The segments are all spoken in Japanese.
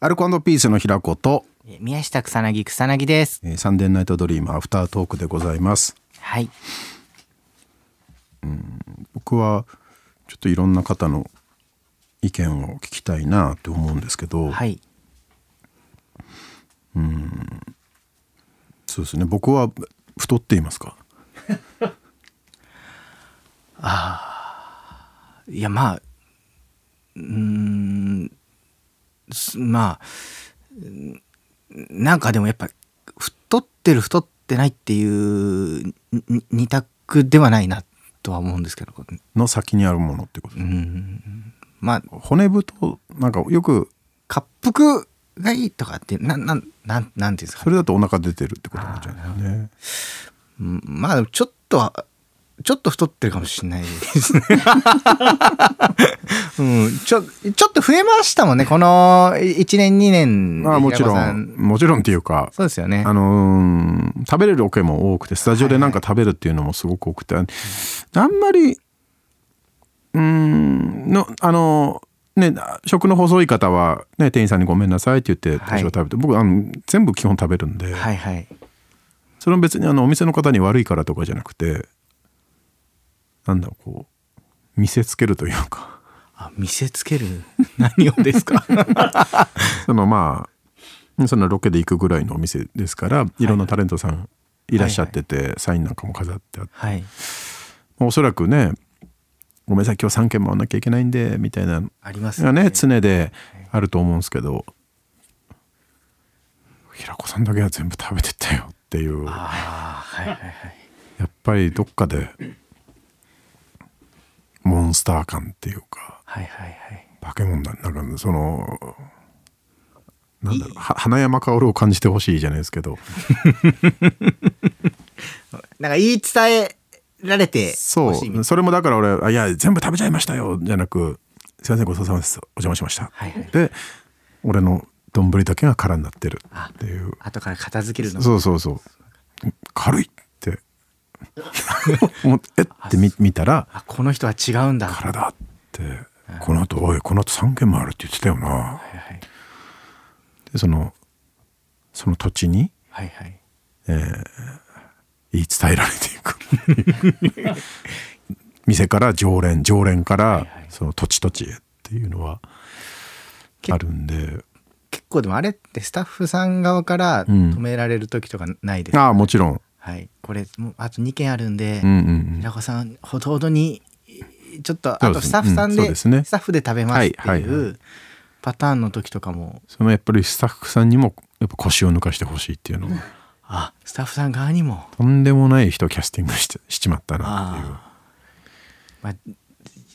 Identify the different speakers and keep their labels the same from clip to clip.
Speaker 1: アルコピースの平子と、
Speaker 2: えー宮下草薙草薙です。
Speaker 1: えーサンデーナイトドリームアフタートークでございます。
Speaker 2: はい。
Speaker 1: 僕はちょっといろんな方の意見を聞きたいなって思うんですけど、
Speaker 2: はい。
Speaker 1: そうですね。僕は太っていますか。
Speaker 2: いや、まあ、うーん、すまあ、うんなんかでもやっぱ、太ってる太ってないっていうにに二択ではないなとは思うんですけど、
Speaker 1: の先にあるものってこと
Speaker 2: う。ん、まあ、
Speaker 1: 骨太なんかよく
Speaker 2: 滑腹がいいとかっていう、なん、なん、なん、なんていうんですか
Speaker 1: それだとお腹出てるってことになっちゃうんだよね。
Speaker 2: うんまあでもちょっとはちょっと太ってるかもしれないです ね。うん、ちょちょっと増えましたもんねこの1年2年
Speaker 1: まあもちろ
Speaker 2: 平子さ
Speaker 1: んもちろんっていうか。
Speaker 2: そうですよね
Speaker 1: あ。のー食べれるオケも多くてスタジオで何か食べるっていうのもすごく多くて、あんまりうーんのあのーね食の細い方は、ね、店員さんに「ごめんなさい」って言って
Speaker 2: は
Speaker 1: 私
Speaker 2: い
Speaker 1: が食べて、僕あの全部基本食べるんで、
Speaker 2: はいはい。
Speaker 1: それも別にあのお店の方に悪いからとかじゃなくてなんだろうこう見せつけるというか
Speaker 2: あ見せつける 何をですか
Speaker 1: そのまあそのロケで行くぐらいのお店ですからいろんなタレントさんいらっしゃってて、サインなんかも飾ってあって。
Speaker 2: はい
Speaker 1: おそらくねごめんなさい今日3件回んなきゃいけないんでみたいなの
Speaker 2: あります
Speaker 1: がね常であると思うんですけど平子さんだけは全部食べてったよっていうや
Speaker 2: あーはいはいはい。
Speaker 1: っぱりどっかでモンスター感っていうか
Speaker 2: はいはいはい。
Speaker 1: 化け物だなんかそのなんだろうは花山薫を感じてほしいじゃないですけど
Speaker 2: なんか言い伝えられて
Speaker 1: そ
Speaker 2: 欲しいみた
Speaker 1: う
Speaker 2: い
Speaker 1: それもだから俺あ「いや全部食べちゃいましたよ」じゃなく「すいませんごちそうさまですお邪魔しました」
Speaker 2: はいはい
Speaker 1: で俺の丼だけが空になってるっていう
Speaker 2: な後から片付けるの
Speaker 1: そうそうそう軽いって 思ってえって見見たら
Speaker 2: あこの人は違うん
Speaker 1: 「
Speaker 2: だ。は
Speaker 1: 体」って「この後おいこの後3軒もある」って言ってたよない
Speaker 2: はい
Speaker 1: でそのその土地に
Speaker 2: はいはい。
Speaker 1: 言い伝えられていく店から常連常連から
Speaker 2: いはい
Speaker 1: その土地土地へっていうのはあるんで
Speaker 2: 結構でもあれってスタッフさん側から
Speaker 1: ん
Speaker 2: 止められる時とかないですか、
Speaker 1: ああもちろん
Speaker 2: はいこれもうあと2件あるんで、
Speaker 1: うんうん
Speaker 2: 平子さんほどほどにちょっと
Speaker 1: そ
Speaker 2: あ
Speaker 1: うで
Speaker 2: と
Speaker 1: す
Speaker 2: スタッフさ
Speaker 1: うん
Speaker 2: んで,、
Speaker 1: そうですね
Speaker 2: スタッフで食べますって
Speaker 1: はい
Speaker 2: い
Speaker 1: はいは
Speaker 2: うパターンの時とかも
Speaker 1: そのやっぱりスタッフさんにもやっぱ腰を抜かしてほしいっていうのは
Speaker 2: あスタッフさん側にも、
Speaker 1: とんでもない人をキャスティングしてしちまったなっていう
Speaker 2: あーまあ、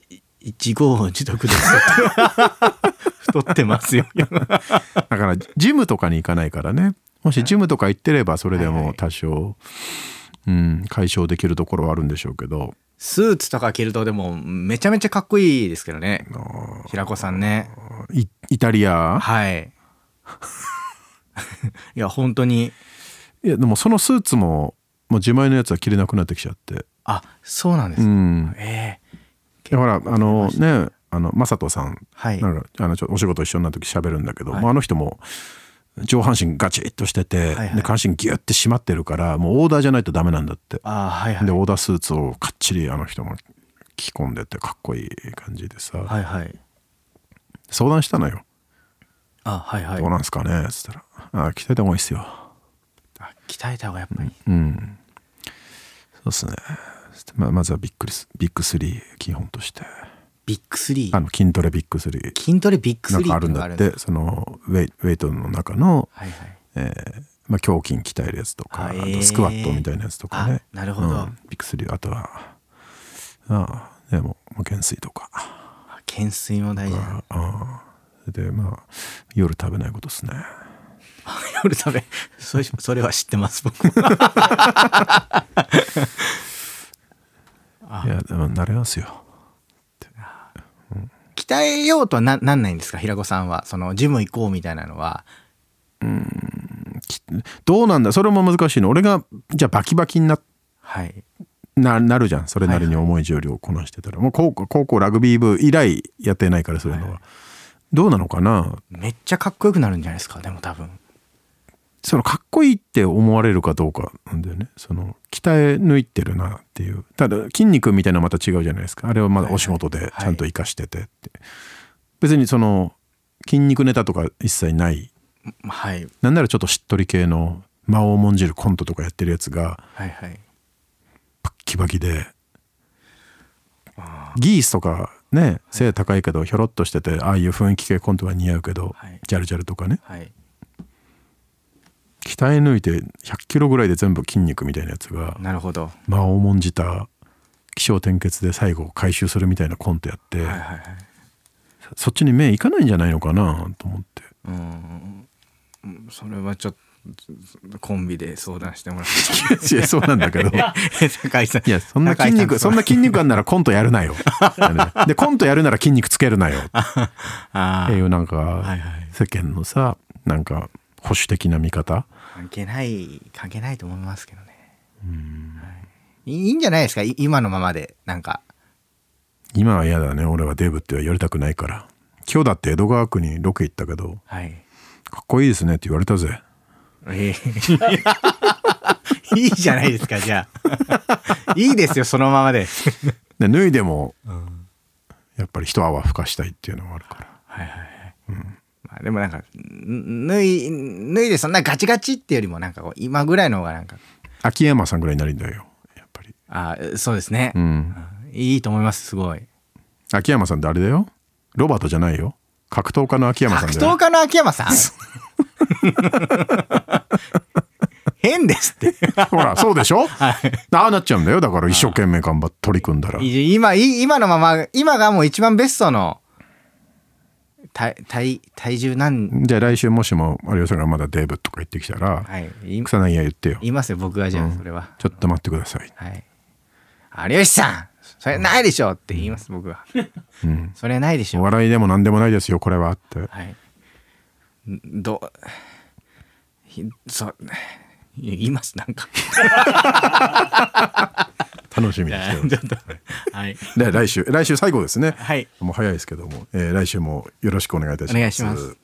Speaker 2: じ自業自得です 太ってますよ
Speaker 1: だからジムとかに行かないからねもしジムとか行ってればそれで
Speaker 2: はいは
Speaker 1: も
Speaker 2: い
Speaker 1: 多少、うん、解消できるところはあるんでしょうけど
Speaker 2: スーツとか着るとでもめちゃめちゃかっこいいですけどね平子さんね
Speaker 1: イイタリア
Speaker 2: はい。いや本当に
Speaker 1: いやでもそのスーツももう自前のやつは着れなくなってきちゃって
Speaker 2: あそうなんです。
Speaker 1: うん
Speaker 2: ええ
Speaker 1: だからあのねあの雅人さん、
Speaker 2: はい
Speaker 1: なんかあのちょっとお仕事一緒になった時喋るんだけど、
Speaker 2: はい
Speaker 1: もうあの人も上半身ガチッとしてて、
Speaker 2: はいはい
Speaker 1: で下半身ギュッて締まってるからもうオーダーじゃないとダメなんだって、
Speaker 2: あはいはい
Speaker 1: でオーダースーツをかっちりあの人も着込んでてかっこいい感じでさ、
Speaker 2: はいはい。
Speaker 1: 相談したのよ
Speaker 2: あは
Speaker 1: 「
Speaker 2: いは
Speaker 1: どう
Speaker 2: い。
Speaker 1: なんすかね?」っつったら「あ着てた方がいいっすよ」
Speaker 2: あ鍛えた方がやっぱり。
Speaker 1: うんそうっすねまあまずはビックリスビッグスリー基本として
Speaker 2: ビッグスリ
Speaker 1: あ
Speaker 2: ー。
Speaker 1: の筋トレビッグスリー
Speaker 2: 筋トレビッグ
Speaker 1: な
Speaker 2: ス
Speaker 1: ん
Speaker 2: リー
Speaker 1: かあるんだっ
Speaker 2: のがあ
Speaker 1: てそのウェイウェイトの中の、
Speaker 2: はいはい。
Speaker 1: えーまあ、胸筋鍛えるやつとか、
Speaker 2: はい
Speaker 1: あとスクワットみたいなやつとかね
Speaker 2: あなるほど
Speaker 1: うんビッグスリーあとはああでもうもう懸垂とか
Speaker 2: あ懸垂も大事だ。
Speaker 1: ああでまあ夜食べないことですね
Speaker 2: 夜食べ。それそれは知ってます僕 も。
Speaker 1: いやでも慣れますよ
Speaker 2: 鍛えようとはななんないんですか平子さんはそのジム行こうみたいなのは。
Speaker 1: どうなんだそれも難しいの俺がじゃあバキバキになって
Speaker 2: はい。
Speaker 1: ななるじゃんそれなりに重い重量をこなしてたら、もう高校高校ラグビー部以来やってないからそういうのは、どうなのかな
Speaker 2: めっちゃかっこよくなるんじゃないですかでも多分
Speaker 1: そのかっこいいって思われるかどうかなんだよねその鍛え抜いてるなっていうただ筋肉みたいなのはまた違うじゃないですかあれはまだお仕事でちゃんと生かしててって、別にその筋肉ネタとか一切ない
Speaker 2: はい
Speaker 1: なんならちょっとしっとり系の間を重んじるコントとかやってるやつが
Speaker 2: はいはい
Speaker 1: バッキバキでギースとかね背高いけどひょろっとしててああいう雰囲気系コントは似合うけど、
Speaker 2: はい
Speaker 1: ジャルジャルとかね
Speaker 2: はい
Speaker 1: 鍛え抜いて1 0 0キロぐらいで全部筋肉みたいなやつが
Speaker 2: なるほどは
Speaker 1: 間を重んじた気象転結で最後回収するみたいなコントやって、
Speaker 2: いはいはい
Speaker 1: そっちに目いかないんじゃないのかなと思 って
Speaker 2: うんうんそれはちょっとコンビで相談してもらっ
Speaker 1: いやそうなんだけ ど
Speaker 2: て高井さん
Speaker 1: いやそんな筋肉そんな筋肉あんならコントやる なよでコントやるなら筋肉つけるなよっ
Speaker 2: あ
Speaker 1: ていうなんか、
Speaker 2: はいはい
Speaker 1: 世間のさなんか保守的な見方
Speaker 2: 関係ない関係ないと思いますけどねはい、いいいんじゃないですかい今のままでなんか
Speaker 1: 今は嫌だね俺はデブっては言われたくないから今日だって江戸川区にロケ行ったけど
Speaker 2: はい
Speaker 1: かっこいいですねって言われたぜ
Speaker 2: え えいいじゃないですかじゃあ いいですよそのままで
Speaker 1: で脱いでも、やっぱり一泡吹かしたいっていうのがあるから
Speaker 2: まあでもなんかん脱い脱いでそんなガチガチってよりもなんかこう今ぐらいの方がなんか
Speaker 1: 秋山さんぐらいになるんだよやっぱり
Speaker 2: あそうですね、
Speaker 1: うん
Speaker 2: いいと思いますすごい
Speaker 1: 秋山さんってあれだよロバートじゃないよ格闘家の秋山さん
Speaker 2: 格
Speaker 1: だ
Speaker 2: 闘
Speaker 1: よ
Speaker 2: 家の秋山さん変ですって
Speaker 1: ほらそうでし ょ、ああなっちゃうんだよだから一生懸命頑張って取り組んだら
Speaker 2: い今い今のまま今がもう一番ベストの体体体重なん
Speaker 1: じゃあ来週もしも有吉さんがまだデブとか言ってきたら、
Speaker 2: はいい
Speaker 1: 草薙が言ってよ
Speaker 2: いますよ僕がじゃあそれは、
Speaker 1: ちょっと待ってください
Speaker 2: はい。有吉さんそれないでしょって言います、僕は。それないでし
Speaker 1: お
Speaker 2: ょ。
Speaker 1: 笑いでも何でもないですよこれはって
Speaker 2: はい。んどう、ひそう、い言います、なん か。
Speaker 1: 楽しみにしてます
Speaker 2: ちょっとはい。
Speaker 1: で来週来週最後ですね
Speaker 2: はい。
Speaker 1: もう早いですけども、えー来週もよろしくお願いいたします
Speaker 2: お願いします